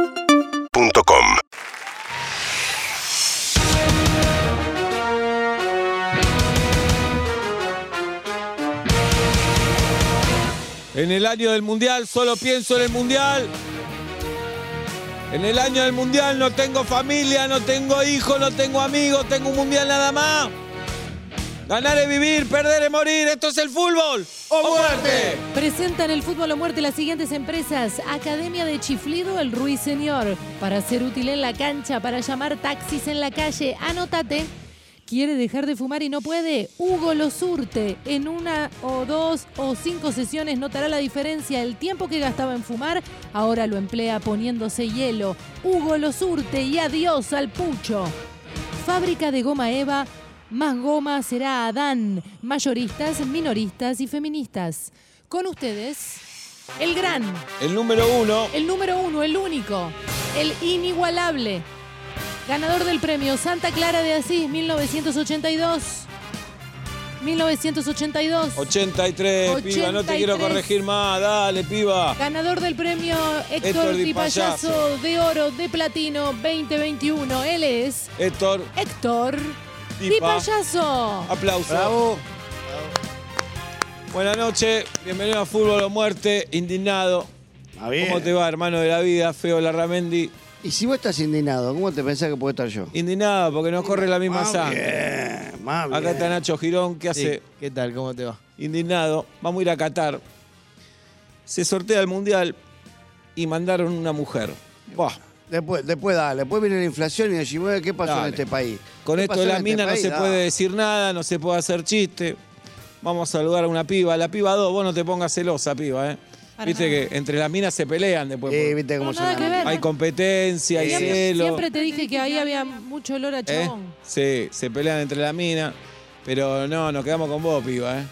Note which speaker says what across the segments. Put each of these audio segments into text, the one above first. Speaker 1: UrbanaPlayFM.com
Speaker 2: En el año del mundial solo pienso en el mundial. En el año del mundial no tengo familia, no tengo hijos, no tengo amigos, tengo un mundial nada más. Ganar es vivir, perder es morir, esto es el fútbol. ¡O muerte!
Speaker 3: Presentan el fútbol a muerte las siguientes empresas. Academia de Chiflido El Ruiseñor. Para ser útil en la cancha, para llamar taxis en la calle. Anótate. Quiere dejar de fumar y no puede. Hugo lo surte. En una o dos o cinco sesiones notará la diferencia. El tiempo que gastaba en fumar ahora lo emplea poniéndose hielo. Hugo lo surte y adiós al pucho. Fábrica de goma Eva. Más goma será Adán. Mayoristas, minoristas y feministas. Con ustedes, el gran,
Speaker 2: El número uno.
Speaker 3: el número uno, el único, el inigualable. Ganador del premio Santa Clara de Asís 1982. 1982.
Speaker 2: 83, piba, no te quiero
Speaker 3: 83.
Speaker 2: corregir más, dale, piba.
Speaker 3: Ganador del premio
Speaker 2: Héctor
Speaker 3: Héctor
Speaker 2: Di
Speaker 3: Di Payaso de Oro de Platino 2021. Él es
Speaker 2: Héctor,
Speaker 3: Héctor
Speaker 2: Di
Speaker 3: Di
Speaker 2: Pa-
Speaker 3: Payaso.
Speaker 2: aplauso. Buenas noches, bienvenido a Fútbol o Muerte, indignado.
Speaker 4: Ah, bien.
Speaker 2: ¿Cómo te va, hermano de la vida, Feo Larramendi?
Speaker 4: Y si vos estás indignado, ¿cómo te pensás que puedo estar yo?
Speaker 2: Indignado porque no corre la misma sangre.
Speaker 4: Bien, más bien.
Speaker 2: Acá está Nacho Girón, que hace
Speaker 5: ¿Qué tal? ¿Cómo te va?
Speaker 2: indignado. Vamos a ir a Qatar. Se sortea el Mundial y mandaron una mujer. Buah,
Speaker 4: Después, después dale, después viene la inflación y decimos, "Eh, ¿qué pasó
Speaker 2: Dale.
Speaker 4: en este país?
Speaker 2: Con
Speaker 4: ¿Qué
Speaker 2: esto
Speaker 4: pasó
Speaker 2: de
Speaker 4: en
Speaker 2: la
Speaker 4: este
Speaker 2: mina no
Speaker 4: país?
Speaker 2: se
Speaker 4: Da.
Speaker 2: puede decir nada, no se puede hacer chiste. Vamos a saludar a una piba. La piba 2, vos no te pongas celosa, piba, ¿eh?
Speaker 3: Para
Speaker 2: Viste que entre las minas se pelean después.
Speaker 4: Sí,
Speaker 2: por-
Speaker 4: viste cómo
Speaker 3: No,
Speaker 4: son
Speaker 3: nada
Speaker 4: las
Speaker 3: que
Speaker 4: minas.
Speaker 3: ver.
Speaker 2: Hay competencia, hay
Speaker 4: Siempre-
Speaker 2: celo.
Speaker 3: Siempre te dije que ahí había mucho olor a
Speaker 2: ¿eh?
Speaker 3: chabón.
Speaker 2: Sí, se pelean entre las minas. Pero no, nos quedamos con vos, piba, ¿eh?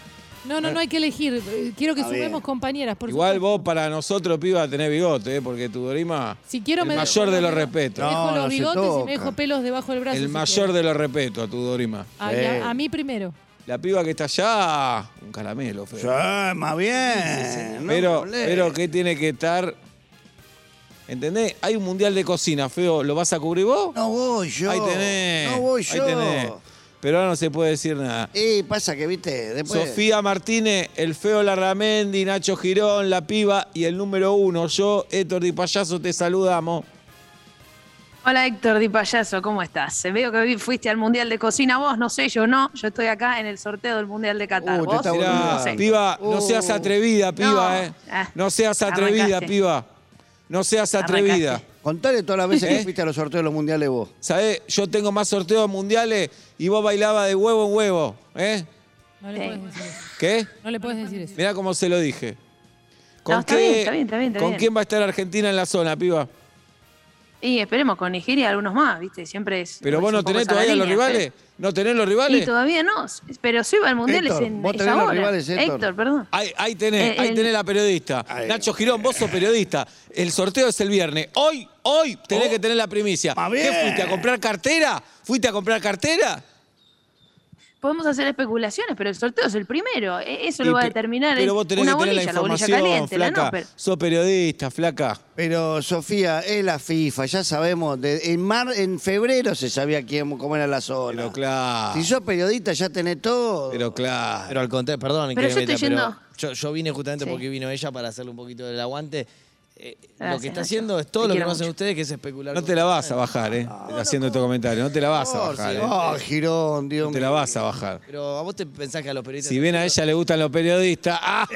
Speaker 3: No, no, no hay que elegir. Eh, Quiero que
Speaker 4: Está
Speaker 3: sumemos
Speaker 4: bien.
Speaker 3: compañeras. Por
Speaker 2: Igual
Speaker 3: supuesto.
Speaker 2: vos para nosotros, piba, tenés bigote, ¿eh? Porque tu dorima...
Speaker 3: Si quiero
Speaker 2: el
Speaker 3: me
Speaker 2: mayor
Speaker 3: dejo-
Speaker 2: de los
Speaker 3: me
Speaker 2: respetos.
Speaker 3: Dejo
Speaker 4: No,
Speaker 3: los
Speaker 4: no se
Speaker 3: bigotes y me
Speaker 4: toca.
Speaker 3: dejo pelos debajo del brazo.
Speaker 2: El
Speaker 3: si
Speaker 2: mayor
Speaker 3: quiero.
Speaker 2: de los respetos a tu dorima.
Speaker 3: A,
Speaker 4: Sí.
Speaker 3: a- a mí primero.
Speaker 2: La piba que está allá, un caramelo, feo.
Speaker 4: Sí, más bien. no
Speaker 2: Pero,
Speaker 4: hablé.
Speaker 2: pero que tiene que estar. ¿Entendés? Hay un mundial de cocina, feo. ¿Lo vas a cubrir vos?
Speaker 4: No voy yo.
Speaker 2: Ahí tenés.
Speaker 4: No voy yo.
Speaker 2: Ahí tenés. Pero ahora no se puede decir nada.
Speaker 4: Y pasa que, viste, después...
Speaker 2: Sofía Martínez, el feo Larramendi, Nacho Girón, la piba y el número uno. Yo, Héctor Di Payaso, te saludamos.
Speaker 6: Hola Héctor Di Payaso, ¿cómo estás? Veo que vi- fuiste al Mundial de Cocina vos, no sé, yo no, yo estoy acá en el sorteo del Mundial de Qatar.
Speaker 4: Uh, te
Speaker 6: ¿Vos?
Speaker 4: está
Speaker 2: Mirá,
Speaker 6: no sé.
Speaker 2: piba, no
Speaker 4: Oh.
Speaker 2: seas atrevida, piba,
Speaker 6: No.
Speaker 2: ¿eh?
Speaker 6: Ah,
Speaker 2: No seas atrevida,
Speaker 6: arrancaste.
Speaker 2: piba. No seas
Speaker 6: Arrancaste.
Speaker 2: atrevida.
Speaker 4: Contale todas las veces que
Speaker 2: ¿Eh?
Speaker 4: fuiste a los sorteos de los mundiales vos.
Speaker 2: ¿Sabés? Yo tengo más sorteos mundiales y vos bailabas de huevo en huevo, ¿eh?
Speaker 3: No le
Speaker 6: Sí.
Speaker 3: puedes decir eso.
Speaker 2: ¿Qué?
Speaker 3: No le puedes decir eso.
Speaker 2: Mirá cómo se lo dije.
Speaker 6: No, está bien, está bien, está bien, está
Speaker 2: ¿Con
Speaker 6: bien.
Speaker 2: quién va a estar Argentina en la zona, piba?
Speaker 6: Y esperemos con Nigeria algunos más, ¿viste? Siempre es.
Speaker 2: ¿Pero
Speaker 6: es
Speaker 2: vos
Speaker 6: un
Speaker 2: no
Speaker 6: poco
Speaker 2: tenés todavía los
Speaker 6: saladina,
Speaker 2: rivales? ¿No tenés los
Speaker 6: pero-
Speaker 2: rivales?
Speaker 6: Y todavía no, pero si va al Mundial
Speaker 4: Héctor,
Speaker 6: es en
Speaker 4: vos
Speaker 6: es
Speaker 4: tenés los
Speaker 6: ahora.
Speaker 4: rivales, Héctor.
Speaker 6: perdón.
Speaker 2: Ahí, ahí tenés,
Speaker 6: Eh,
Speaker 2: ahí
Speaker 6: el-
Speaker 2: tenés la periodista.
Speaker 4: Ahí.
Speaker 2: Nacho Girón, vos sos periodista. El sorteo es el viernes. Hoy, hoy tenés
Speaker 4: Oh.
Speaker 2: que tener la primicia.
Speaker 4: Ah,
Speaker 2: ¿Qué
Speaker 4: bien.
Speaker 2: fuiste a comprar cartera? ¿Fuiste a comprar cartera?
Speaker 6: Podemos hacer especulaciones, pero el sorteo es el primero. E- Eso
Speaker 2: Y
Speaker 6: lo va a
Speaker 2: pe-
Speaker 6: determinar
Speaker 2: Pero
Speaker 6: el-
Speaker 2: vos tenés
Speaker 6: una
Speaker 2: que tener
Speaker 6: bolilla,
Speaker 2: la
Speaker 6: la bolilla
Speaker 2: información,
Speaker 6: caliente, la
Speaker 2: flaca.
Speaker 6: no, pero-
Speaker 2: Sos periodista, flaca.
Speaker 4: Pero Sofía, es la FIFA, ya sabemos, de- en mar, en febrero se sabía quién, cómo era la zona.
Speaker 2: Pero claro.
Speaker 4: Ah. Si sos periodista ya tenés todo.
Speaker 2: Pero claro.
Speaker 5: Pero al contrario, perdón,
Speaker 6: Pero
Speaker 5: que
Speaker 6: yo
Speaker 5: me meta,
Speaker 6: estoy
Speaker 5: pero
Speaker 6: yendo-
Speaker 5: yo, yo vine justamente
Speaker 6: Sí.
Speaker 5: porque vino ella para hacerle un poquito del aguante. Eh, lo
Speaker 6: Gracias,
Speaker 5: que está
Speaker 6: Nacho.
Speaker 5: haciendo es
Speaker 6: Te
Speaker 5: todo lo que
Speaker 6: quiero
Speaker 5: no hacen
Speaker 6: mucho.
Speaker 5: ustedes, que es especular.
Speaker 2: No
Speaker 5: con-
Speaker 2: te la vas a bajar, ¿eh? Haciendo estos comentarios. No te la vas a bajar, ¿eh?
Speaker 4: Ah, Girón, Dios
Speaker 2: No te la vas a bajar.
Speaker 5: Pero a vos te pensás que a los periodistas.
Speaker 2: Si bien a ella le gustan los periodistas. ¡ah!
Speaker 5: Te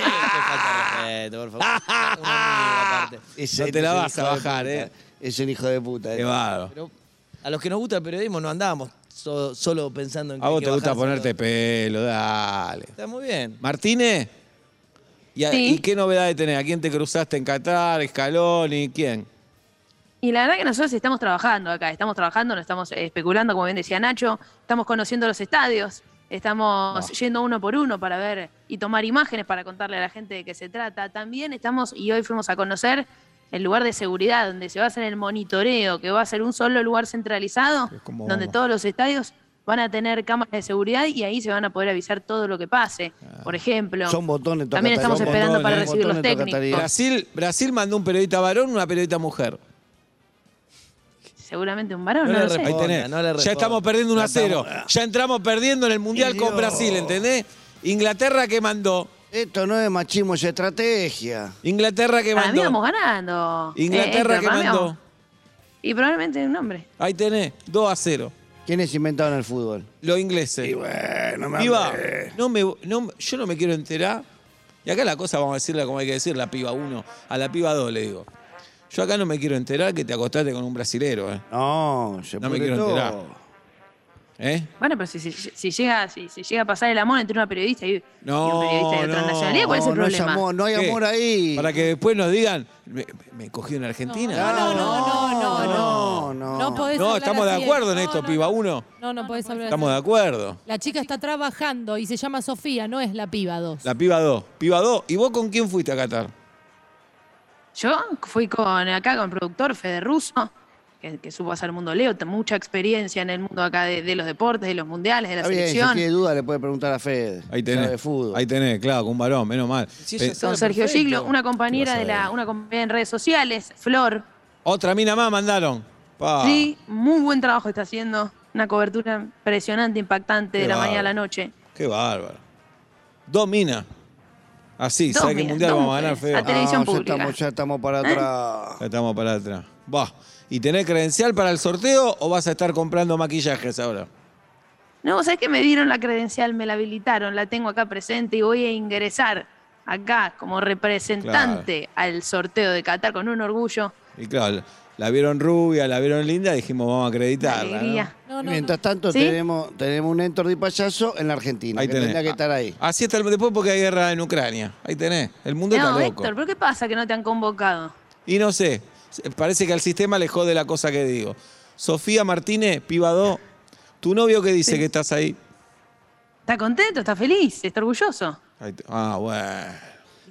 Speaker 5: falta de respeto, por favor. Una amiga aparte.
Speaker 4: Ese-
Speaker 2: No te la
Speaker 4: ese
Speaker 2: vas a
Speaker 4: hijo de
Speaker 2: bajar,
Speaker 4: puta.
Speaker 2: ¿eh?
Speaker 4: Es un hijo de puta.
Speaker 2: Qué
Speaker 4: eh.
Speaker 2: bárbaro.
Speaker 5: Pero a los que nos gusta el periodismo no andábamos so- solo pensando en que.
Speaker 2: A
Speaker 5: hay
Speaker 2: vos
Speaker 5: que
Speaker 2: te gusta
Speaker 5: bajárselo.
Speaker 2: ponerte pelo, dale.
Speaker 5: Está muy bien.
Speaker 2: Martínez, ¿y, a-
Speaker 6: Sí.
Speaker 2: y qué novedades tenés? ¿A quién te cruzaste en Qatar? ¿Escaloni? ¿Quién?
Speaker 6: Y la verdad que nosotros estamos trabajando acá, estamos trabajando, no estamos eh, especulando, como bien decía Nacho, estamos conociendo los estadios, estamos
Speaker 4: Ah.
Speaker 6: yendo uno por uno para ver y tomar imágenes para contarle a la gente de qué se trata. También estamos, y hoy fuimos a conocer el lugar de seguridad, donde se va a hacer el monitoreo, que va a ser un solo lugar centralizado,
Speaker 2: Es como
Speaker 6: donde
Speaker 2: bomba.
Speaker 6: todos los estadios van a tener cámaras de seguridad y ahí se van a poder avisar todo lo que pase. Por ejemplo,
Speaker 4: Ah. Son botones toca
Speaker 6: también estamos
Speaker 2: son
Speaker 6: esperando para
Speaker 2: botones,
Speaker 6: recibir los
Speaker 4: botones toca
Speaker 6: técnicos.
Speaker 2: Brasil, Brasil mandó un periodista varón, una periodista mujer.
Speaker 6: Seguramente un varón,
Speaker 2: No
Speaker 6: no,
Speaker 2: le
Speaker 6: lo sé.
Speaker 2: responda,
Speaker 5: Ahí tenés.
Speaker 2: no le responda. ya estamos perdiendo 1 a 0. Ya entramos perdiendo en el Mundial con Brasil, ¿entendés? Inglaterra que mandó.
Speaker 4: Esto no es machismo, es estrategia.
Speaker 2: Inglaterra que
Speaker 6: Para mí
Speaker 2: mandó.
Speaker 6: vamos ganando.
Speaker 2: Inglaterra
Speaker 6: Eh, eh,
Speaker 2: que
Speaker 6: para mí
Speaker 2: mandó.
Speaker 6: vamos- Y probablemente un hombre.
Speaker 2: Ahí tenés, 2 a 0.
Speaker 4: ¿Quiénes inventaron el fútbol?
Speaker 2: Los ingleses.
Speaker 4: bueno,
Speaker 2: Piba, no me, no, yo no me quiero enterar. Y acá la cosa, vamos a decirla como hay que decirla, piba 1. A la piba 2 le digo. Yo acá no me quiero enterar que te acostaste con un brasilero, ¿eh?
Speaker 4: No, se
Speaker 2: No me
Speaker 4: pudre
Speaker 2: quiero
Speaker 4: todo.
Speaker 2: enterar. ¿Eh?
Speaker 6: Bueno, pero si, si- si llega, si, si llega a pasar el amor entre una periodista y, y
Speaker 2: No,
Speaker 6: un periodista de otra
Speaker 2: no.
Speaker 6: nacionalidad, ¿cuál es el
Speaker 4: No, no hay
Speaker 6: problema?
Speaker 4: amor, no hay
Speaker 2: ¿Qué?
Speaker 4: amor ahí.
Speaker 2: Para que después nos digan, me, me cogió en Argentina.
Speaker 3: No, no, no, no,
Speaker 4: no,
Speaker 3: no.
Speaker 4: no.
Speaker 3: No podés
Speaker 2: No,
Speaker 3: hablar
Speaker 2: estamos de
Speaker 3: así.
Speaker 2: acuerdo en
Speaker 3: No,
Speaker 2: esto,
Speaker 3: no,
Speaker 2: piba
Speaker 3: no.
Speaker 2: 1.
Speaker 3: No, no podés hablar
Speaker 2: Estamos de acuerdo.
Speaker 3: La chica está trabajando y se llama Sofía, no es la piba 2.
Speaker 2: La piba 2. Piba 2. ¿Y vos con quién fuiste a Qatar?
Speaker 6: Yo fui con acá con el productor Fede Russo, que, que supo hacer el mundo Leo, t- mucha experiencia en el mundo acá de, de los deportes, de los mundiales, de la
Speaker 4: Está bien, si
Speaker 6: selección.
Speaker 4: tiene duda le puede preguntar a Fed.
Speaker 2: Ahí tenés.
Speaker 4: Sabe de fútbol.
Speaker 2: Ahí tenés, claro, con un varón, menos mal. Eh,
Speaker 5: ella
Speaker 2: Pe-
Speaker 5: sabe-
Speaker 6: Con Sergio
Speaker 5: Perfecto.
Speaker 6: Giglo, una compañera de la, una compañera en redes sociales, Flor.
Speaker 2: Otra mina más mandaron. Pa.
Speaker 6: Sí, muy buen trabajo está haciendo. Una cobertura impresionante, impactante
Speaker 2: Qué
Speaker 6: de la
Speaker 2: bárbaro.
Speaker 6: mañana a la noche.
Speaker 2: Qué bárbaro. Dos minas. Así,
Speaker 6: Dos
Speaker 2: ¿sabes que el
Speaker 6: minas,
Speaker 2: mundial
Speaker 6: dos
Speaker 2: vamos a ganar,
Speaker 6: mujeres.
Speaker 2: Fede?
Speaker 6: Ate- televisión
Speaker 4: ya
Speaker 6: pública. ¿Eh?
Speaker 4: Estamos, ya estamos para atrás.
Speaker 2: Ya estamos para atrás. Va. ¿Y tenés credencial para el sorteo o vas a estar comprando maquillajes ahora?
Speaker 6: No, ¿sabes que me dieron la credencial, me la habilitaron, la tengo acá presente y voy a ingresar acá como representante al sorteo de Qatar con un orgullo.
Speaker 2: Y claro, la vieron rubia, la vieron linda, dijimos vamos a
Speaker 6: una
Speaker 2: acreditarla. ¿no?
Speaker 6: alegría.
Speaker 3: No, no,
Speaker 4: Mientras tanto,
Speaker 6: ¿Sí?
Speaker 4: tenemos, tenemos un Héctor Di Payaso en la Argentina.
Speaker 2: Ahí
Speaker 4: que
Speaker 2: tenés.
Speaker 4: tendría que estar ahí.
Speaker 2: Así está el después porque hay guerra en Ucrania. Ahí tenés. El mundo
Speaker 6: No,
Speaker 2: está loco.
Speaker 6: Héctor, ¿pero qué pasa que no te han convocado?
Speaker 2: Y no sé, parece que al sistema le jode la cosa que digo. Sofía Martínez, Pivadó, tu novio que dice que estás ahí.
Speaker 6: ¿Está contento? ¿Está feliz? ¿Está orgulloso?
Speaker 2: Ahí te- Ah, bueno.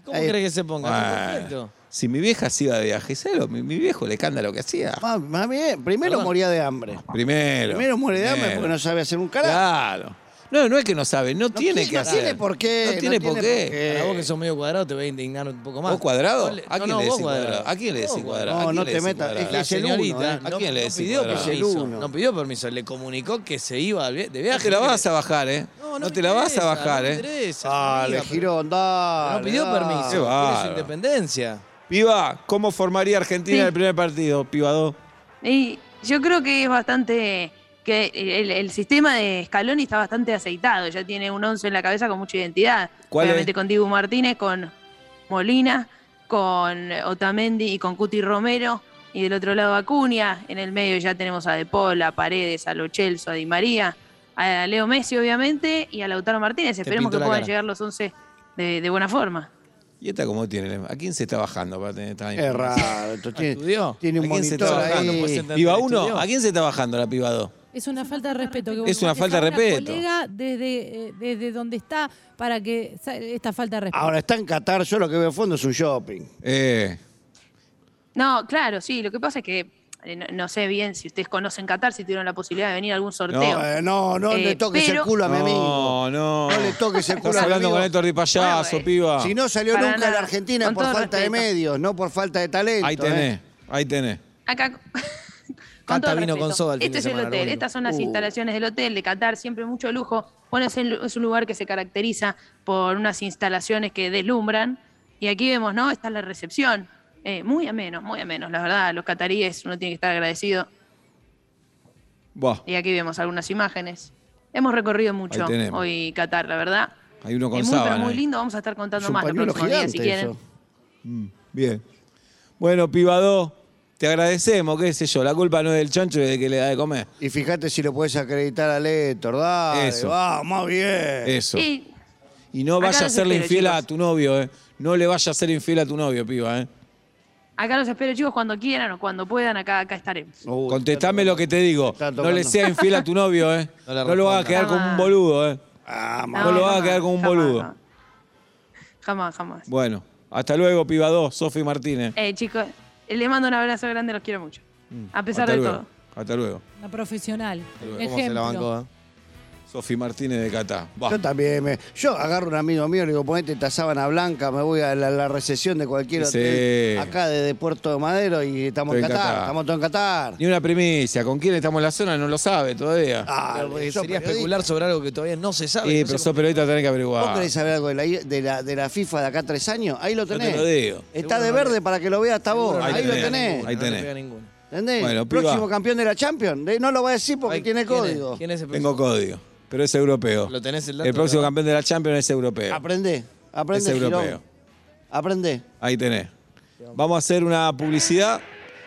Speaker 5: ¿Cómo
Speaker 4: Ahí-
Speaker 5: crees que se ponga? Está
Speaker 2: Bueno.
Speaker 5: perfecto.
Speaker 2: Si mi vieja se iba de viaje, ¿sabes lo- mi, mi viejo le canta lo que hacía?
Speaker 4: Más, Ah, más bien, primero
Speaker 5: Perdón.
Speaker 4: moría de hambre.
Speaker 2: Primero.
Speaker 4: Primero muere de hambre
Speaker 2: primero.
Speaker 4: porque no sabe hacer un carajo.
Speaker 2: Claro. No, no es que no sabe, no, tiene
Speaker 4: tiene-
Speaker 2: que
Speaker 4: no
Speaker 2: hacer.
Speaker 4: tiene por qué,
Speaker 2: No tiene, por qué.
Speaker 5: Para vos que sos medio cuadrado te voy a indignar un poco más.
Speaker 2: Eh, ¿Vos cuadrado?
Speaker 5: Vos le-
Speaker 2: ¿A
Speaker 5: no,
Speaker 2: quién
Speaker 5: no,
Speaker 2: le
Speaker 5: vos
Speaker 2: decís cuadrado? ¿A quién le
Speaker 5: Vos
Speaker 2: decís
Speaker 5: cuadrado.
Speaker 2: cuadrado? ¿A
Speaker 4: No,
Speaker 2: quién
Speaker 4: no
Speaker 2: le
Speaker 4: te
Speaker 2: decís
Speaker 4: metas,
Speaker 2: cuadrado?
Speaker 5: La
Speaker 4: Es el uno,
Speaker 5: señorita
Speaker 4: ¿eh?
Speaker 2: ¿A
Speaker 5: no,
Speaker 2: quién le
Speaker 5: no
Speaker 2: decís
Speaker 5: pidió
Speaker 2: cuadrado?
Speaker 5: permiso,
Speaker 4: Es el uno.
Speaker 5: no pidió permiso, le comunicó que se iba al vi- de
Speaker 2: No
Speaker 5: viaje.
Speaker 2: te la vas a bajar, ¿eh? No,
Speaker 5: me
Speaker 2: te la vas a
Speaker 5: interesa,
Speaker 2: bajar,
Speaker 5: no me
Speaker 2: ¿eh?
Speaker 5: interesa,
Speaker 4: Dale,
Speaker 5: amiga, pero-
Speaker 4: Girón, dale.
Speaker 5: No pidió
Speaker 4: dale.
Speaker 5: permiso,
Speaker 2: Qué
Speaker 5: quiere su
Speaker 2: bárbaro.
Speaker 5: independencia.
Speaker 2: Piba, ¿cómo formaría Argentina
Speaker 6: Sí.
Speaker 2: el primer partido, Pivadó?
Speaker 6: Y yo creo que es bastante. que el, el sistema de Scaloni está bastante aceitado, ya tiene un once en la cabeza con mucha identidad.
Speaker 2: ¿Cuál es?
Speaker 6: Obviamente con Dibu Martínez, con Molina, con Otamendi y con Cuti Romero. Y del otro lado Acuña, en el medio ya tenemos a De Paul, a Paredes, a Lo Celso, a Di María, a Leo Messi obviamente y a Lautaro Martínez. Esperemos
Speaker 5: pintó
Speaker 6: que
Speaker 5: la
Speaker 6: puedan
Speaker 5: cara.
Speaker 6: llegar los once de, de buena forma.
Speaker 2: ¿Y esta cómo tiene? ¿A quién se está bajando para tener esta
Speaker 4: Es
Speaker 2: información?
Speaker 4: raro. esto tiene,
Speaker 5: ¿Estudió?
Speaker 4: tiene
Speaker 2: ¿A
Speaker 4: un
Speaker 2: quién se está
Speaker 4: monitor
Speaker 2: bajando?
Speaker 5: Pues
Speaker 4: ahí.
Speaker 5: entendí.
Speaker 2: Piba 1,
Speaker 5: Estudió.
Speaker 2: ¿a quién se está bajando la Piba 2?
Speaker 3: Es una falta de respeto. Que vos
Speaker 2: Es una
Speaker 3: manejes
Speaker 2: falta de
Speaker 3: a una
Speaker 2: respeto.
Speaker 3: colega desde, eh, desde donde está para que sa- esta falta de respeto.
Speaker 4: Ahora está en Qatar, yo lo que veo a fondo es un shopping.
Speaker 2: Eh,
Speaker 6: No, claro, sí. Lo que pasa es que eh, no, no sé bien si ustedes conocen Qatar, si tuvieron la posibilidad de venir a algún sorteo.
Speaker 2: No,
Speaker 4: Eh, no, no
Speaker 6: Eh,
Speaker 4: le toques
Speaker 6: pero-
Speaker 4: el culo a mi
Speaker 2: no,
Speaker 4: amigo.
Speaker 2: no.
Speaker 4: No le toques el culo
Speaker 2: Estás
Speaker 4: a mi
Speaker 2: hablando
Speaker 4: amigo.
Speaker 2: con Héctor Di Payaso,
Speaker 6: Bueno, eh,
Speaker 2: piba.
Speaker 4: Si no salió
Speaker 6: Para
Speaker 4: nunca
Speaker 6: nada.
Speaker 4: en la Argentina
Speaker 6: Con
Speaker 4: por
Speaker 6: todo
Speaker 4: falta de
Speaker 6: respeto.
Speaker 4: medios, no por falta de talento.
Speaker 2: ahí
Speaker 4: ¿eh?
Speaker 2: tenés, ahí tenés.
Speaker 6: Acá. con
Speaker 5: Cata
Speaker 6: todo el
Speaker 5: vino con
Speaker 6: respeto.
Speaker 5: soda el fin
Speaker 6: este
Speaker 5: de
Speaker 6: es el
Speaker 5: semana, lo
Speaker 6: hotel,
Speaker 5: único.
Speaker 6: estas son las
Speaker 4: Uh.
Speaker 6: instalaciones del hotel de Qatar, siempre mucho lujo. Bueno, es, el- es un lugar que se caracteriza por unas instalaciones que deslumbran. Y aquí vemos, ¿no? Esta es la recepción. Eh, muy ameno, muy ameno, la verdad. Los cataríes uno tiene que estar agradecido.
Speaker 2: Buah,
Speaker 6: Y aquí vemos algunas imágenes. Hemos recorrido mucho
Speaker 2: Ahí tenemos.
Speaker 6: hoy Qatar, la verdad.
Speaker 2: hay uno con
Speaker 6: Es muy, pero
Speaker 2: sábana.
Speaker 6: muy
Speaker 2: ahí.
Speaker 6: lindo, vamos a estar
Speaker 4: Es
Speaker 6: contando
Speaker 4: un
Speaker 6: más los
Speaker 4: pañuelo
Speaker 6: próximos días si
Speaker 4: gigante
Speaker 6: quieren.
Speaker 4: eso.
Speaker 2: Bien. Bueno, Piba 2, te agradecemos, qué sé yo. La culpa no es del chancho, es de que le da de comer.
Speaker 4: Y fíjate si lo puedes acreditar a Letor, dale,
Speaker 2: Eso. Eh,
Speaker 4: vamos bien.
Speaker 2: Eso.
Speaker 6: Y
Speaker 2: Y no
Speaker 6: Acá
Speaker 2: vayas a
Speaker 6: los
Speaker 2: serle
Speaker 6: espero,
Speaker 2: infiel a
Speaker 6: chicos.
Speaker 2: tu novio, ¿eh? No le vayas a ser infiel a tu novio, piba, ¿eh?
Speaker 6: acá los espero, chicos, cuando quieran o cuando puedan, acá, acá estaremos.
Speaker 4: Uy,
Speaker 2: Contestame lo que te digo.
Speaker 4: Está
Speaker 2: No le
Speaker 4: tocando.
Speaker 2: sea infiel a tu novio, ¿eh?
Speaker 5: No le
Speaker 2: No lo hagas
Speaker 5: responda.
Speaker 2: quedar como un
Speaker 6: Jamás.
Speaker 2: boludo, ¿eh?
Speaker 4: Vamos.
Speaker 2: No lo hagas quedar como un boludo.
Speaker 6: Jamás, jamás. jamás.
Speaker 2: Bueno, hasta luego, Piba 2, Sofi Martínez.
Speaker 6: Eh, chicos, les mando un abrazo grande, los quiero mucho. A pesar
Speaker 2: Mm. Hasta
Speaker 6: de
Speaker 2: luego.
Speaker 6: todo.
Speaker 2: Hasta luego.
Speaker 3: Una profesional.
Speaker 5: ¿Cómo se la
Speaker 3: Ejemplo.
Speaker 5: bancó, eh?
Speaker 2: Sofi Martínez de Catá. Va.
Speaker 4: Yo también me. Yo agarro a un amigo mío, le digo, ponete esta sábana blanca, me voy a la, la recesión de cualquier
Speaker 2: Sí.
Speaker 4: hotel acá desde Puerto de Madero y estamos en
Speaker 2: Estoy en
Speaker 4: Qatar,
Speaker 2: Qatar.
Speaker 4: estamos todos en Qatar.
Speaker 2: Ni una primicia. ¿Con quién estamos en la zona? No lo sabe todavía.
Speaker 4: Ah,
Speaker 5: Eh,
Speaker 4: yo
Speaker 5: Sería
Speaker 4: periodista.
Speaker 5: especular sobre algo que todavía no se sabe.
Speaker 2: Sí,
Speaker 5: no sé
Speaker 2: pero
Speaker 5: cómo-
Speaker 2: sos periodista, tenés que
Speaker 4: ¿Vos
Speaker 2: averiguar.
Speaker 4: querés saber algo de la, de la, de la FIFA de acá tres años? Ahí lo
Speaker 2: Yo
Speaker 4: tenés.
Speaker 2: te lo digo.
Speaker 4: Está de verde para que lo vea hasta vos.
Speaker 5: Seguro
Speaker 4: Ahí,
Speaker 5: no
Speaker 4: lo
Speaker 5: le pega
Speaker 4: tenés.
Speaker 5: ninguno,
Speaker 2: Ahí
Speaker 5: no le
Speaker 2: tenés.
Speaker 5: pega ninguno.
Speaker 4: ¿Entendés?
Speaker 2: Bueno, piba.
Speaker 4: Próximo campeón de la Champions. De- No lo va a decir porque
Speaker 5: Ay,
Speaker 4: tiene
Speaker 5: ¿quién es?
Speaker 4: código.
Speaker 5: ¿Quién es el
Speaker 2: Tengo
Speaker 5: próximo?
Speaker 2: código, pero es europeo.
Speaker 5: ¿Lo tenés el dato?
Speaker 2: El próximo
Speaker 5: ¿verdad?
Speaker 2: campeón de la Champions es europeo.
Speaker 4: Aprende. Aprende,
Speaker 2: Es europeo.
Speaker 4: Girón. Aprende.
Speaker 2: Ahí tenés. Vamos a hacer una publicidad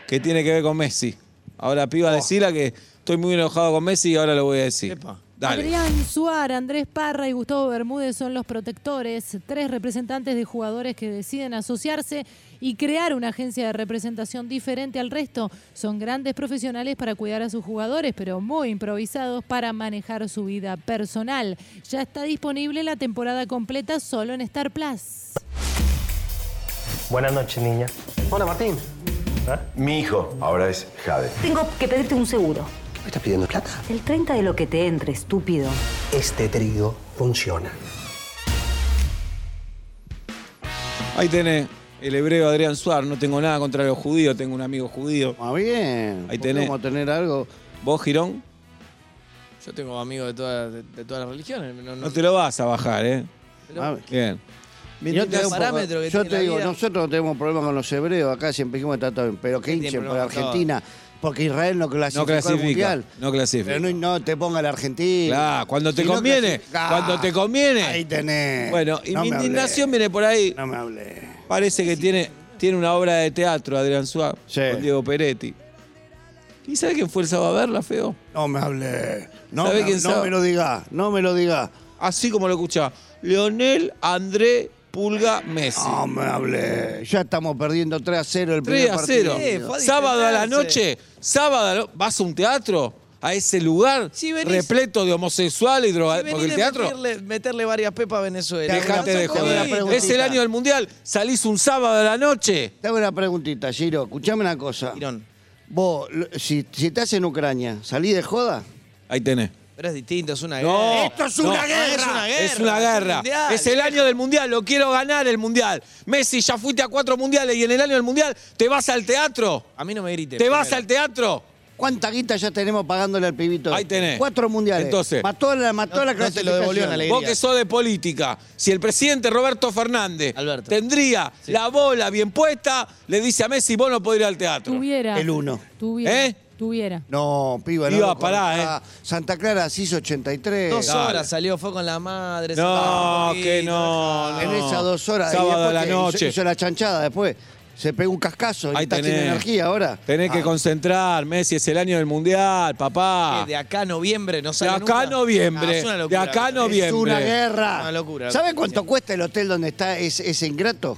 Speaker 2: que tiene que ver con Messi. Ahora, piba, decila que estoy muy enojado con Messi y ahora lo voy a decir.
Speaker 5: Epa.
Speaker 2: Dale.
Speaker 3: Adrián Suárez, Andrés Parra y Gustavo Bermúdez son los protectores, tres representantes de jugadores que deciden asociarse y crear una agencia de representación diferente al resto. Son grandes profesionales para cuidar a sus jugadores, pero muy improvisados para manejar su vida personal. Ya está disponible la temporada completa solo en Star Plus.
Speaker 1: Buenas noches, niña.
Speaker 7: Hola, Martín.
Speaker 8: Mi hijo ahora es Jade.
Speaker 9: Tengo que pedirte un seguro.
Speaker 7: ¿Me estás pidiendo plata?
Speaker 9: El 30 de lo que te entre, estúpido.
Speaker 7: Este trigo funciona.
Speaker 2: Ahí tenés el hebreo Adrián Suárez. No tengo nada contra los judíos, tengo un amigo judío.
Speaker 4: Ah, bien.
Speaker 2: Ahí tenés.
Speaker 4: Vamos a tener algo.
Speaker 2: ¿Vos, Girón?
Speaker 5: Yo tengo amigos de todas, de, de todas las religiones. No, no,
Speaker 2: No te lo vas a bajar, ¿eh?
Speaker 5: pero-
Speaker 4: Ah,
Speaker 2: Bien.
Speaker 5: Mientras
Speaker 4: Yo te, digo,
Speaker 5: los parámetros que
Speaker 4: yo
Speaker 5: tiene
Speaker 4: te
Speaker 5: la
Speaker 4: digo,
Speaker 5: vida-
Speaker 4: nosotros no tenemos problemas con los hebreos, acá siempre dijimos que está todo bien, pero que
Speaker 5: tiene
Speaker 4: hinchen por
Speaker 5: problemas con
Speaker 4: Argentina, porque Israel no clasificó
Speaker 2: No
Speaker 4: al
Speaker 2: clasifica.
Speaker 4: Mundial.
Speaker 2: No clasifica.
Speaker 4: Pero no, no te ponga la Argentina.
Speaker 2: Claro, cuando te
Speaker 4: Si no
Speaker 2: conviene,
Speaker 4: clasifica-
Speaker 2: cuando te conviene.
Speaker 4: Ahí tenés.
Speaker 2: Bueno, y
Speaker 4: Eh, No
Speaker 2: mi
Speaker 4: me hablé,
Speaker 2: indignación viene por ahí.
Speaker 4: No me hablé.
Speaker 2: Parece que tiene, tiene una obra de teatro Adrián Suárez
Speaker 4: Sí.
Speaker 2: con Diego Peretti. ¿Y sabe quién fue el sábado a verla, feo?
Speaker 4: No me hablé. No,
Speaker 2: ¿Sabés
Speaker 4: me,
Speaker 2: quién
Speaker 4: no
Speaker 2: sabe?
Speaker 4: me lo digas, no me lo digas.
Speaker 2: Así como lo escuchaba. Leonel André Pulga Messi.
Speaker 4: No me hablé. Ya estamos perdiendo 3 a 0 el
Speaker 2: 3
Speaker 4: Ah, primer
Speaker 2: a
Speaker 4: partido.
Speaker 2: 0.
Speaker 5: Eh, fue a
Speaker 2: sábado a la
Speaker 5: distenderse.
Speaker 2: noche. Sábado a la no- vas a un teatro, a ese lugar
Speaker 5: Si venís-
Speaker 2: repleto de homosexuales y
Speaker 5: Y
Speaker 2: drogadictos. Porque el
Speaker 5: venir de
Speaker 2: teatro.
Speaker 5: Meterle, meterle varias pepas a Venezuela.
Speaker 2: Dejate de
Speaker 4: Te hago una
Speaker 2: joder.
Speaker 4: preguntita.
Speaker 2: Es el año del mundial. Salís un sábado a la noche.
Speaker 4: Te hago una preguntita, Giro. Escuchame una cosa.
Speaker 5: Tirón.
Speaker 4: Vos, lo- si, si estás en Ucrania, ¿salí de joda?
Speaker 2: Ahí tenés.
Speaker 5: Pero es distinto, Eh, es una
Speaker 2: No,
Speaker 5: guerra.
Speaker 4: Esto es
Speaker 2: no,
Speaker 4: una
Speaker 2: no
Speaker 4: guerra.
Speaker 2: Es una guerra. Es una guerra.
Speaker 5: mundial.
Speaker 2: Es el año del mundial. Lo quiero ganar el mundial. Messi, ya fuiste a cuatro mundiales y en el año del mundial te vas al teatro.
Speaker 5: A mí no me grites.
Speaker 2: Te vas
Speaker 5: primero.
Speaker 2: al teatro.
Speaker 4: ¿Cuánta guita ya tenemos pagándole al pibito?
Speaker 2: Ahí tenés.
Speaker 4: Cuatro mundiales.
Speaker 2: Entonces.
Speaker 4: Mató la, mató
Speaker 5: No-
Speaker 4: la
Speaker 5: no te lo
Speaker 4: clasificación.
Speaker 5: devolvió en alegría.
Speaker 2: Vos que sos de política, si el presidente Roberto Fernández
Speaker 5: Alberto.
Speaker 2: tendría la bola bien puesta, le dice a Messi, vos no podés ir al teatro.
Speaker 3: Tuviera.
Speaker 4: El uno.
Speaker 3: Tuviera.
Speaker 2: ¿Eh?
Speaker 3: Tuviera.
Speaker 4: No, piba, no.
Speaker 2: Iba,
Speaker 4: lo
Speaker 2: pará, eh.
Speaker 4: contá. Santa Clara se hizo 83.
Speaker 5: Dos
Speaker 2: Dale.
Speaker 5: horas salió, fue con la madre. se bajó
Speaker 2: No,
Speaker 5: un
Speaker 2: que
Speaker 5: poquito,
Speaker 2: no.
Speaker 4: en
Speaker 2: no.
Speaker 4: esas dos horas. y
Speaker 2: Sábado a
Speaker 4: después
Speaker 2: la
Speaker 4: que hizo-
Speaker 2: noche.
Speaker 4: Hizo, la chanchada después. Se pegó un cascazo.
Speaker 2: Ahí
Speaker 4: y está sin
Speaker 2: tenés.
Speaker 4: energía ahora.
Speaker 2: Tenés que
Speaker 4: Ah,
Speaker 2: concentrar, Messi, es el año del mundial, papá.
Speaker 5: Que De acá a noviembre no
Speaker 2: Ah. De
Speaker 5: sale
Speaker 2: acá a
Speaker 5: nunca. Ah,
Speaker 2: noviembre.
Speaker 5: es una
Speaker 2: de
Speaker 5: locura.
Speaker 2: acá a noviembre.
Speaker 4: Es una guerra.
Speaker 5: Una locura.
Speaker 4: ¿Saben cuánto cuesta el hotel donde está ese, ese ingrato?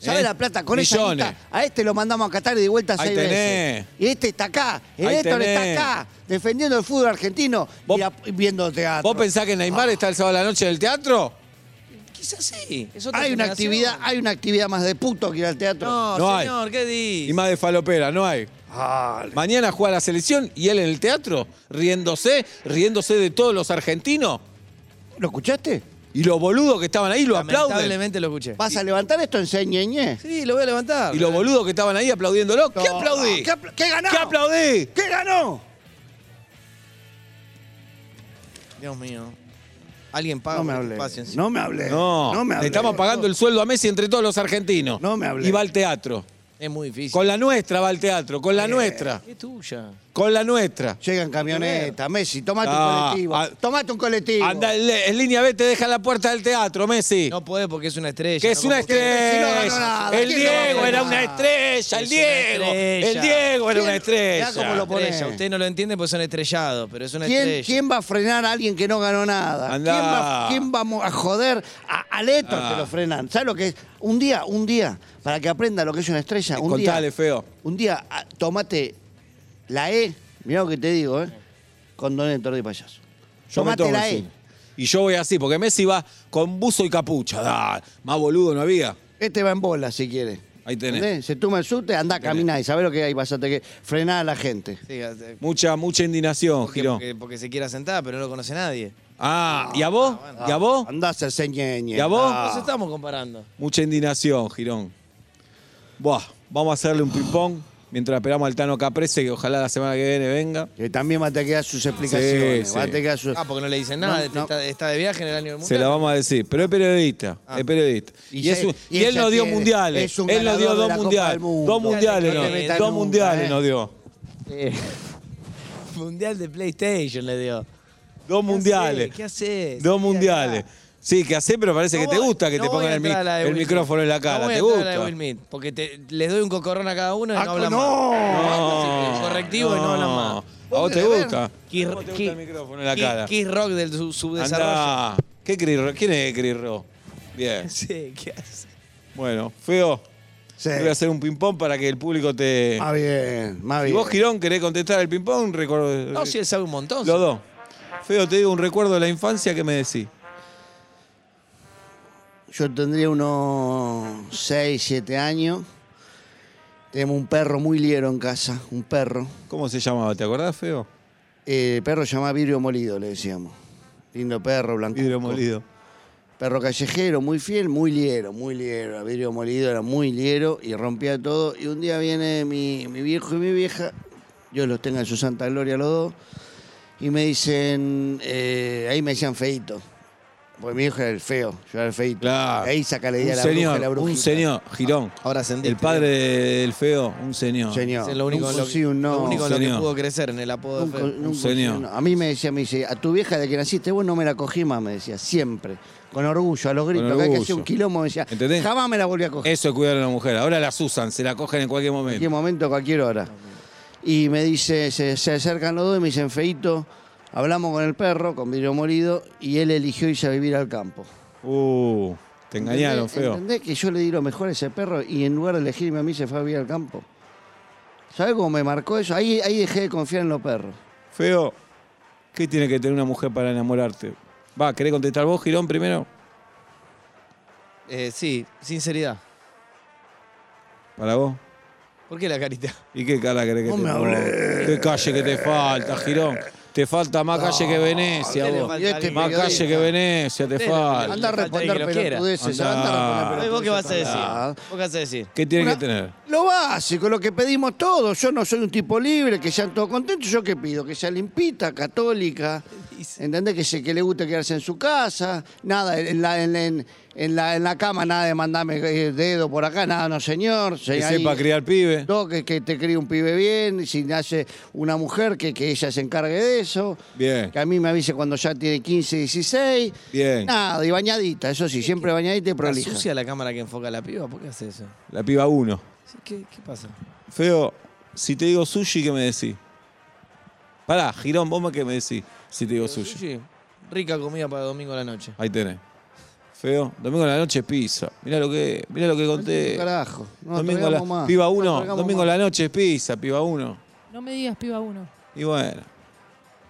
Speaker 4: ¿Sabe
Speaker 2: ¿Eh?
Speaker 4: la plata? Con
Speaker 2: Millones.
Speaker 4: esa guita, a este lo mandamos a Qatar y de vuelta
Speaker 2: Ahí
Speaker 4: seis
Speaker 2: tenés.
Speaker 4: veces. Y este está acá, el
Speaker 2: Ahí
Speaker 4: Héctor
Speaker 2: tenés.
Speaker 4: está acá, defendiendo el fútbol argentino
Speaker 2: Vos-
Speaker 4: y ap- viendo teatro.
Speaker 2: ¿Vos pensás que Neymar está el sábado a la noche en el teatro?
Speaker 5: Quizás sí. es otra
Speaker 4: hay una
Speaker 5: generación.
Speaker 4: actividad, hay una actividad más de puto que ir al teatro.
Speaker 5: No,
Speaker 2: No hay.
Speaker 5: señor, ¿qué
Speaker 2: Y
Speaker 5: dices?
Speaker 2: más de falopera, no hay.
Speaker 4: Ah,
Speaker 2: Mañana juega la selección y él en el teatro, riéndose, riéndose de todos los argentinos.
Speaker 4: ¿Lo escuchaste?
Speaker 2: Y los boludos que estaban ahí lo aplauden.
Speaker 5: Lamentablemente lo escuché.
Speaker 4: ¿Vas a levantar esto en seis ñeñe?
Speaker 5: Sí, lo voy a levantar.
Speaker 2: Y los boludos que estaban ahí aplaudiéndolo. Ah, ¿Qué
Speaker 4: No, Ah,
Speaker 2: aplaudí?
Speaker 4: ¿Qué, apl- qué ganó?
Speaker 2: ¿Qué aplaudí?
Speaker 4: ¿Qué ganó?
Speaker 5: Dios mío. Alguien paga
Speaker 4: No me
Speaker 5: por
Speaker 4: hablé.
Speaker 5: este espacio encima.
Speaker 4: Eh, No me hablé.
Speaker 2: No,
Speaker 4: me hablé.
Speaker 2: le estamos pagando el sueldo a Messi entre todos los argentinos.
Speaker 4: No me hablé.
Speaker 2: Y va al teatro.
Speaker 5: Es muy difícil.
Speaker 2: Con la nuestra va al teatro, con
Speaker 4: Eh.
Speaker 2: la nuestra,
Speaker 5: Es tuya.
Speaker 2: con la nuestra.
Speaker 4: Llegan camioneta, Messi, tomate
Speaker 2: Ah,
Speaker 4: un colectivo.
Speaker 2: ah.
Speaker 4: tomate un colectivo.
Speaker 2: Anda en, le- en línea B, te deja en la puerta del teatro, Messi.
Speaker 5: No puede porque es una estrella.
Speaker 2: Que es
Speaker 5: no
Speaker 2: una
Speaker 5: como usted.
Speaker 4: Messi no
Speaker 2: estrella.
Speaker 4: ganó nada.
Speaker 2: El
Speaker 4: ¿Quién no
Speaker 2: Diego
Speaker 4: ganó
Speaker 2: era
Speaker 4: nada?
Speaker 2: una estrella. El
Speaker 5: Es una
Speaker 2: Diego. El
Speaker 5: estrella.
Speaker 2: Diego era una
Speaker 4: ¿Quién? Mirá
Speaker 2: estrella.
Speaker 4: cómo lo pone.
Speaker 5: Estrella. Usted no lo entiende porque son estrellados, pero es una
Speaker 4: ¿Quién,
Speaker 5: estrella.
Speaker 4: quién va a frenar a alguien que no ganó nada?
Speaker 2: Andá.
Speaker 4: ¿Quién va, quién va mo- a joder a, a Leto
Speaker 2: Ah.
Speaker 4: que lo frenan? ¿Sabes lo que es? Un día, un día, para que aprenda lo que es una estrella, un
Speaker 2: Contale,
Speaker 4: día,
Speaker 2: feo.
Speaker 4: un día ah, tomate la E, mirá lo que te digo, ¿eh? Con Don Héctor de Payaso.
Speaker 2: Yo me
Speaker 4: tomate
Speaker 2: tomo
Speaker 4: la E.
Speaker 2: encima. Y yo voy así, porque Messi va con buzo y capucha. Da, más boludo no había.
Speaker 4: Este va en bola si quiere.
Speaker 2: Ahí tenés.
Speaker 4: ¿Entendés? Se toma el subte, anda, camina y sabés lo que hay, vas a tener que frenar a la gente.
Speaker 5: Sí, hace-
Speaker 2: Mucha, mucha indignación,
Speaker 5: porque,
Speaker 2: Girón.
Speaker 5: porque- porque se quiera sentar, pero no lo conoce nadie.
Speaker 2: Ah, ¿y a vos? ¿Y a vos?
Speaker 4: Andá a hacer señeñe. Ah,
Speaker 2: ¿Y a vos?
Speaker 5: Nos estamos comparando.
Speaker 2: Mucha indignación, Girón. Buah, vamos a hacerle un ping-pong mientras esperamos al Tano Caprese, que ojalá la semana que viene venga.
Speaker 4: Que también va a tener que dar sus explicaciones.
Speaker 2: Sí,
Speaker 4: Va a
Speaker 2: sí.
Speaker 4: tener que dar sus...
Speaker 5: Ah, porque no le dicen nada.
Speaker 4: No, no.
Speaker 5: Está, está de viaje en el año del
Speaker 2: Se
Speaker 5: mundial.
Speaker 2: la vamos a decir, pero es periodista, es periodista. Y,
Speaker 4: Y
Speaker 2: es
Speaker 4: se-
Speaker 2: un-
Speaker 4: y
Speaker 2: y él
Speaker 4: ella
Speaker 2: nos dio
Speaker 4: tiene-
Speaker 2: mundiales,
Speaker 4: es un
Speaker 2: él nos dio
Speaker 4: ganador de
Speaker 2: dos
Speaker 4: la Copa
Speaker 2: mundiales,
Speaker 4: del Mundo.
Speaker 2: dos mundiales,
Speaker 5: No
Speaker 2: no,
Speaker 5: te metas
Speaker 2: dos
Speaker 4: nunca,
Speaker 2: mundiales
Speaker 4: eh.
Speaker 2: nos dio, Eh,
Speaker 5: Mundial de PlayStation le dio.
Speaker 2: dos mundiales,
Speaker 5: ¿Qué haces?
Speaker 2: dos mundiales. Sí, que hace, pero parece que te gusta que te pongan el, mic- el micrófono en la cara, ¿te gusta? Ah,
Speaker 5: porque te- les doy un cocorrón a cada uno y no hablan más. Correctivo y no hablan más.
Speaker 2: ¿A vos te gusta?
Speaker 5: Kiss,
Speaker 2: ¿Cómo te gusta el micrófono en la cara?
Speaker 5: Rock del su- subdesarrollo.
Speaker 2: Andá. ¿Qué Chris Rock? ¿Quién es Chris Rock? Bien.
Speaker 5: Sí, ¿qué hace?
Speaker 2: Bueno, feo.
Speaker 4: Sí.
Speaker 2: Voy a hacer un ping-pong para que el público te.
Speaker 4: Más bien, más
Speaker 2: Si
Speaker 4: bien.
Speaker 2: vos, Girón, querés contestar el ping-pong, recuerdo. eh,
Speaker 5: No, sí, él sabe un montón.
Speaker 2: Los dos. Feo, te digo un recuerdo de la infancia que me decís.
Speaker 4: Yo tendría unos 6, 7 años. Tenemos un perro muy liero en casa, un perro.
Speaker 2: ¿Cómo se llamaba? ¿Te acordás, Feo?
Speaker 4: Eh, el perro se llama Vidrio Molido, le decíamos. Lindo perro, blanco.
Speaker 2: Vidrio molido.
Speaker 4: Perro callejero, muy fiel, muy liero, muy liero. Vidrio Molido era muy liero y rompía todo. Y un día viene mi, mi viejo y mi vieja, Dios los tenga en su santa gloria los dos, y me dicen, eh, ahí me decían feito. Porque mi viejo era el feo, yo era el feito.
Speaker 2: Claro.
Speaker 4: Ahí saca la idea
Speaker 2: un
Speaker 4: la bruja,
Speaker 2: señor,
Speaker 4: la brujita. Ah,
Speaker 2: un señor, Girón.
Speaker 5: Ahora sentiste.
Speaker 2: El padre de- del feo, un señor.
Speaker 4: Señor.
Speaker 5: Es lo único,
Speaker 4: Un
Speaker 5: en lo, que-
Speaker 4: sí, un no.
Speaker 5: lo único en lo que
Speaker 2: Señor.
Speaker 5: pudo crecer en el apodo de
Speaker 4: Nunca-
Speaker 5: Fede.
Speaker 4: nunca-
Speaker 2: un señor.
Speaker 4: A mí me decía, me dice, a tu vieja de que naciste vos no me la cogí más, me decía, siempre. Con orgullo, a los gritos. Cada que
Speaker 2: orgullo.
Speaker 4: hacía un quilombo me decía,
Speaker 2: ¿Entendés?
Speaker 4: jamás me la volví a coger.
Speaker 2: Eso es cuidar a una mujer. Ahora las usan, se la cogen en cualquier
Speaker 4: En
Speaker 2: momento.
Speaker 4: cualquier momento, a cualquier hora. Y me dice, se, se acercan los dos y me dicen, Feito, hablamos con el perro, con vidrio molido, y él eligió irse a vivir al campo.
Speaker 2: Uh, te engañaron,
Speaker 4: ¿Entendés?
Speaker 2: Feo.
Speaker 4: ¿Entendés que yo le di lo mejor a ese perro y en lugar de elegirme a mí se fue a vivir al campo? ¿Sabés cómo me marcó eso? Ahí, ahí dejé de confiar en los perros.
Speaker 2: Feo, ¿qué tiene que tener una mujer para enamorarte? Va, ¿querés contestar vos, Girón, primero?
Speaker 5: Eh, sí, sinceridad.
Speaker 2: Para vos.
Speaker 5: ¿Por qué la carita?
Speaker 2: ¿Y qué cara querés que
Speaker 4: No
Speaker 2: te
Speaker 4: me
Speaker 2: ponga? ¿Qué calle que te falta, Girón? Te falta más calle que Venecia,
Speaker 5: ¿qué le
Speaker 2: vos.
Speaker 5: falta?
Speaker 4: Y este
Speaker 2: Más
Speaker 4: periodista.
Speaker 2: calle que Venecia te
Speaker 5: Dele,
Speaker 2: falta.
Speaker 4: Anda a
Speaker 5: Falta que
Speaker 4: responder
Speaker 5: lo quiera.
Speaker 4: pelotudeces,
Speaker 2: Andá.
Speaker 4: anda a responder
Speaker 5: Ay, ¿Vos qué vas a decir?
Speaker 4: Ah.
Speaker 5: ¿Vos qué vas a decir?
Speaker 2: ¿Qué tiene que
Speaker 4: Una-
Speaker 2: tener?
Speaker 4: Lo básico, lo que pedimos todos. Yo no soy un tipo libre, que sean todos contentos. ¿Yo qué pido? Que sea limpita, católica. ¿Entendés? Que, se, que le guste quedarse en su casa. Nada, en la, en, en- en la, en la cama nada de mandarme eh, dedo por acá. Nada, no señor. Se-
Speaker 2: Que
Speaker 4: ahí-
Speaker 2: sepa criar pibe.
Speaker 4: No, que, que te críe un pibe bien. Si nace una mujer, que, que ella se encargue de eso.
Speaker 2: Bien.
Speaker 4: Que a mí me avise cuando ya tiene 15, 16.
Speaker 2: Bien.
Speaker 4: Nada, y bañadita, eso sí, siempre bañadita y
Speaker 5: ¿Está
Speaker 4: prolija.
Speaker 5: sucia la cámara que enfoca a la piba? ¿Por qué hace eso?
Speaker 2: La piba uno.
Speaker 5: Sí, ¿Qué, qué pasa?
Speaker 2: Feo, si te digo sushi, ¿qué me decís? Pará, Girón, vos qué me decís si te digo sushi.
Speaker 5: Sushi. Rica comida para domingo a la noche.
Speaker 2: Ahí tenés. Feo, domingo a la noche pizza. Mirá lo que, mirá lo que conté.
Speaker 4: Carajo. No,
Speaker 2: domingo a la,
Speaker 4: tragamos más.
Speaker 2: piba
Speaker 4: No
Speaker 2: 1,
Speaker 4: tragamos
Speaker 2: domingo a
Speaker 4: más.
Speaker 2: la noche pizza, piba 1.
Speaker 3: No me digas piba uno.
Speaker 2: Y bueno,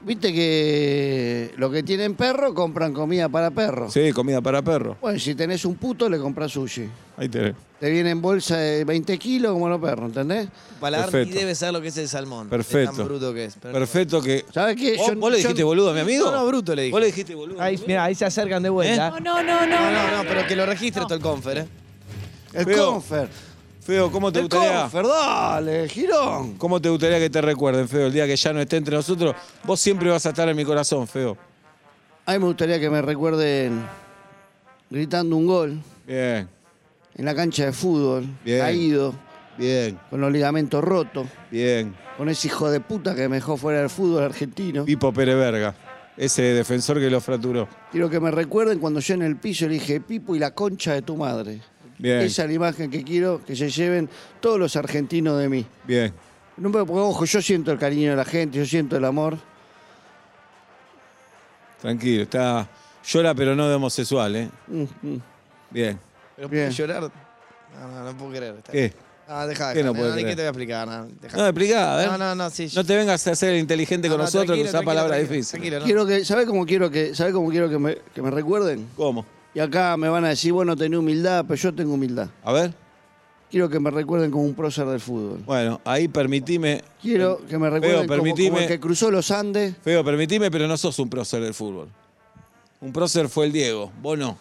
Speaker 4: Viste que lo que tienen perro compran comida para perro.
Speaker 2: sí, comida para perro.
Speaker 4: Bueno, si tenés un puto, le compras sushi.
Speaker 2: Ahí tenés.
Speaker 4: Te viene en bolsa de 20 kilos como los perros, ¿entendés?
Speaker 5: Paladar ni
Speaker 2: Perfecto.
Speaker 5: debe saber lo que es el salmón. de
Speaker 2: Perfecto.
Speaker 5: tan bruto que es. Pero no.
Speaker 2: Perfecto que.
Speaker 4: ¿Sabes qué?
Speaker 2: ¿Vos,
Speaker 4: Yo-
Speaker 2: vos le
Speaker 4: yo-
Speaker 2: dijiste boludo a mi amigo?
Speaker 5: No, no, bruto le dije.
Speaker 2: Vos le dijiste boludo.
Speaker 5: Ahí, mirá, ahí se acercan de vuelta.
Speaker 3: No, no, no, no.
Speaker 5: Ah. ¿Eh? No, no, no, pero que lo registre todo el confer, ¿eh?
Speaker 4: El
Speaker 2: Feo.
Speaker 4: confer.
Speaker 2: Feo, ¿cómo te
Speaker 4: El
Speaker 2: gustaría?
Speaker 4: confer, dale, girón.
Speaker 2: ¿Cómo te gustaría que te recuerden, Feo? El día que ya no esté entre nosotros, vos siempre vas a estar en mi corazón, Feo.
Speaker 4: A mí me gustaría que me recuerden gritando un gol
Speaker 2: Bien,
Speaker 4: en la cancha de fútbol,
Speaker 2: Bien.
Speaker 4: caído,
Speaker 2: bien,
Speaker 4: con los ligamentos rotos,
Speaker 2: bien.
Speaker 4: con ese hijo de puta que me dejó fuera del fútbol argentino.
Speaker 2: Pipo Pereverga, ese defensor que lo fracturó.
Speaker 4: Quiero que me recuerden cuando yo en el piso le dije, Pipo y la concha de tu madre.
Speaker 2: Bien.
Speaker 4: Esa es la imagen que quiero que se lleven todos los argentinos de mí.
Speaker 2: Bien.
Speaker 4: No, pero, porque, ojo, yo siento el cariño de la gente, yo siento el amor.
Speaker 2: Tranquilo, está. Llora, pero no de homosexual, ¿eh? Bien.
Speaker 5: Pero
Speaker 4: Bien.
Speaker 5: puedo llorar. No, no, no puedo creer. Está-
Speaker 2: ¿Qué?
Speaker 5: No, deja,
Speaker 2: ¿Qué
Speaker 5: deja.
Speaker 2: no
Speaker 5: No,
Speaker 2: puede
Speaker 5: ni
Speaker 2: creer?
Speaker 5: qué te voy a explicar. No, deja.
Speaker 2: No, explicá, a ver.
Speaker 5: no, no, no, sí.
Speaker 2: No te vengas a hacer el inteligente con
Speaker 5: No, no,
Speaker 2: nosotros que
Speaker 5: tranquilo,
Speaker 2: usás
Speaker 5: tranquilo,
Speaker 2: palabras
Speaker 5: tranquilo,
Speaker 2: difíciles.
Speaker 5: tranquilo, no.
Speaker 4: Quiero que, ¿sabés cómo quiero que, sabés cómo quiero que me, que me recuerden?
Speaker 2: ¿Cómo?
Speaker 4: Y acá me van a decir, bueno, tenés humildad, pero yo tengo humildad.
Speaker 2: A ver.
Speaker 4: Quiero que me recuerden como un prócer del fútbol.
Speaker 2: Bueno, ahí permitime.
Speaker 4: Quiero que me recuerden como- como,
Speaker 2: permitime-
Speaker 4: el que cruzó los Andes.
Speaker 2: Feo, permitime, pero no sos un prócer del fútbol. Un prócer fue el Diego, vos no.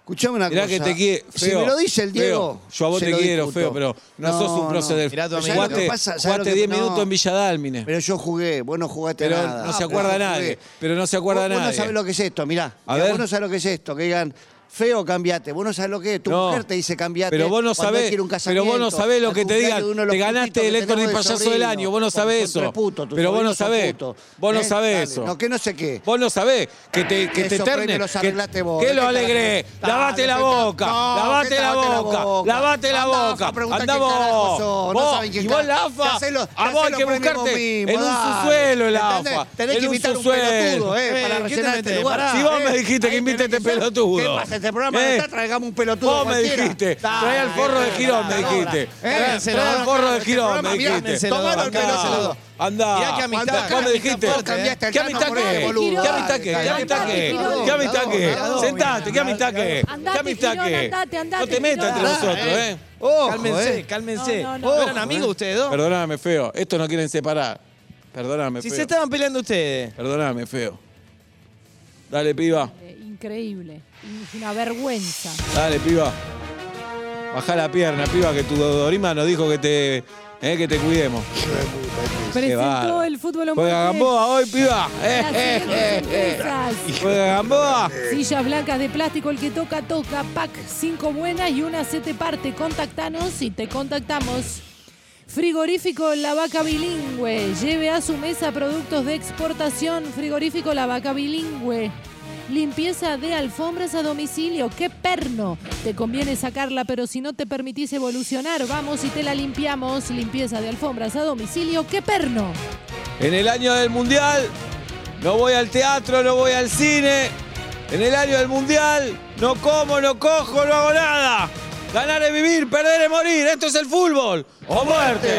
Speaker 4: Escuchame una
Speaker 2: Mirá
Speaker 4: cosa.
Speaker 2: que te quiere.
Speaker 4: si
Speaker 2: feo,
Speaker 4: me lo dice el
Speaker 2: feo.
Speaker 4: Diego.
Speaker 2: Yo a vos
Speaker 4: se
Speaker 2: te
Speaker 4: lo
Speaker 2: quiero,
Speaker 4: discuto.
Speaker 2: feo, pero no, sos un prócer del.
Speaker 5: Mirá tu amigo.
Speaker 2: Jugaste,
Speaker 5: ¿Sabés lo que
Speaker 4: pasa? ¿Sabés
Speaker 2: jugaste
Speaker 4: lo que-
Speaker 2: 10
Speaker 4: no.
Speaker 2: minutos en Villa Dálmine. Pero,
Speaker 4: Pero yo jugué, vos no jugaste nada.
Speaker 2: no se
Speaker 4: Ah,
Speaker 2: acuerda
Speaker 4: pero yo
Speaker 2: nadie.
Speaker 4: jugué.
Speaker 2: Pero no se acuerda
Speaker 4: vos,
Speaker 2: nadie.
Speaker 4: Vos no sabés lo que es esto, mirá.
Speaker 2: A
Speaker 4: Mirá,
Speaker 2: ver.
Speaker 4: Vos no sabés lo que es esto, que digan, feo, cambiate. Vos no sabés lo que es. Tu
Speaker 2: No.
Speaker 4: mujer te dice cambiate.
Speaker 2: Pero vos no
Speaker 4: cuando él
Speaker 2: sabés-
Speaker 4: quiere un
Speaker 2: pero vos no
Speaker 4: casamiento,
Speaker 2: sabés lo
Speaker 4: al
Speaker 2: que te
Speaker 4: cumpleaños
Speaker 2: digan.
Speaker 4: de uno de los
Speaker 2: Te ganaste
Speaker 4: putitos que
Speaker 2: el Héctor
Speaker 4: tenemos
Speaker 2: del payaso del
Speaker 4: sobrino.
Speaker 2: año, vos no
Speaker 4: Son-
Speaker 2: sabés
Speaker 4: son
Speaker 2: eso.
Speaker 4: tres putos, tus
Speaker 2: Pero vos no
Speaker 4: sobrinos son
Speaker 2: sabés.
Speaker 4: putos.
Speaker 2: Vos no
Speaker 4: ¿Eh?
Speaker 2: sabés
Speaker 4: Dale,
Speaker 2: eso.
Speaker 4: No, que no sé qué.
Speaker 2: Vos no sabés que te, que te
Speaker 4: Esos premios
Speaker 2: terne-
Speaker 4: los
Speaker 2: que-
Speaker 4: arreglaste vos.
Speaker 2: Que
Speaker 4: ¿Qué
Speaker 2: lo
Speaker 4: te
Speaker 2: alegré.
Speaker 4: lavate?
Speaker 2: Lavate la
Speaker 4: Dale, no,
Speaker 2: boca.
Speaker 4: no,
Speaker 2: Lavate
Speaker 4: ¿qué te
Speaker 2: la
Speaker 4: lavate la
Speaker 2: boca.
Speaker 4: boca?
Speaker 2: Lavate la
Speaker 4: Andá,
Speaker 2: boca.
Speaker 4: Afa, preguntá
Speaker 2: Andá
Speaker 4: qué carajo
Speaker 2: vos.
Speaker 4: sos, no
Speaker 2: Vos,
Speaker 4: saben quién
Speaker 2: Y vos,
Speaker 4: carajo.
Speaker 2: la
Speaker 4: Te
Speaker 2: AFA.
Speaker 4: hacés los- te
Speaker 2: A vos hay
Speaker 4: hacés
Speaker 2: que
Speaker 4: los premios vos
Speaker 2: buscarte en
Speaker 4: mismo,
Speaker 2: un
Speaker 4: dale.
Speaker 2: suelo, la
Speaker 4: ¿Entendés?
Speaker 2: AFA.
Speaker 4: Tenés
Speaker 2: en
Speaker 4: que invitar un
Speaker 2: subsuelo.
Speaker 4: pelotudo, eh,
Speaker 5: Eh,
Speaker 4: para
Speaker 5: ¿qué te
Speaker 4: rellenar este
Speaker 5: metés?
Speaker 4: lugar.
Speaker 5: Pará,
Speaker 2: Si vos me
Speaker 4: eh.
Speaker 2: dijiste que
Speaker 4: Ahí
Speaker 2: invite
Speaker 4: tenés
Speaker 2: este
Speaker 4: ser-
Speaker 2: pelotudo.
Speaker 4: ¿Qué pasa? Este programa no
Speaker 2: Eh.
Speaker 4: está, traigamos un pelotudo
Speaker 2: Vos me
Speaker 4: cualquiera.
Speaker 2: dijiste,
Speaker 4: Dale,
Speaker 2: trae el forro de Girón, me
Speaker 4: dale,
Speaker 2: dijiste.
Speaker 4: dale.
Speaker 2: Trae
Speaker 5: Dámenselo,
Speaker 2: trae el forro de
Speaker 5: este
Speaker 2: Girón, me
Speaker 5: programa, mirá,
Speaker 2: dijiste.
Speaker 5: dámenselo,
Speaker 4: Tomalo el
Speaker 2: Andá,
Speaker 4: pelotudo.
Speaker 2: Andá.
Speaker 5: Mirá qué amistad,
Speaker 2: Andá, Vos me
Speaker 5: amistad
Speaker 2: dijiste.
Speaker 5: fuerte,
Speaker 4: cambiaste el
Speaker 2: ¿Qué
Speaker 4: tango
Speaker 2: amistad
Speaker 4: por
Speaker 2: que
Speaker 4: este,
Speaker 2: es?
Speaker 4: boludo.
Speaker 2: ¿Qué amistad que es? ¿Qué
Speaker 4: Dale,
Speaker 2: amistad que es?
Speaker 3: andate,
Speaker 2: ¿Qué amistad que es?
Speaker 4: andate, andate,
Speaker 2: Sentate, ¿qué amistad que es? ¿Qué
Speaker 3: Andate,
Speaker 2: amistad
Speaker 3: Girón,
Speaker 2: que es?
Speaker 3: andate, andate,
Speaker 2: No te metas entre
Speaker 3: Girón.
Speaker 2: nosotros, ¿eh?
Speaker 4: Ojo,
Speaker 5: Cálmense,
Speaker 4: eh.
Speaker 5: cálmense. eh.
Speaker 3: No, no,
Speaker 5: No,
Speaker 3: no.
Speaker 5: eran amigos ustedes dos?
Speaker 2: Perdóname, feo. Estos no quieren separar. Perdóname,
Speaker 5: Si se
Speaker 2: feo.
Speaker 5: estaban peleando ustedes.
Speaker 2: Perdóname, feo. Dale, piba.
Speaker 3: Eh, Increíble. Es una vergüenza.
Speaker 2: Dale, piba. Bajá la pierna, piba, que tu Dorima nos dijo que te, eh, que te cuidemos.
Speaker 3: Presentó
Speaker 2: bárbaro.
Speaker 3: el fútbol
Speaker 2: Juega Gamboa hoy, piba. Eh, eh,
Speaker 3: Las
Speaker 2: eh,
Speaker 3: siguientes
Speaker 2: eh.
Speaker 3: empresas.
Speaker 2: Juega Gamboa.
Speaker 3: Sillas blancas de plástico, el que toca, toca. Pack 5 buenas y una se te parte. Contactanos y te contactamos. Frigorífico La Vaca Bilingüe. Lleve a su mesa productos de exportación. Frigorífico La Vaca Bilingüe. Limpieza de alfombras a domicilio. ¡Qué perno! Te conviene sacarla, pero si no te permitís evolucionar, vamos y te la limpiamos. Limpieza de alfombras a domicilio. ¡Qué perno!
Speaker 2: En el año del Mundial no voy al teatro, no voy al cine. En el año del Mundial no como, no cojo, no hago nada. Ganar es vivir, perder es morir. Esto es el fútbol. ¡O muerte!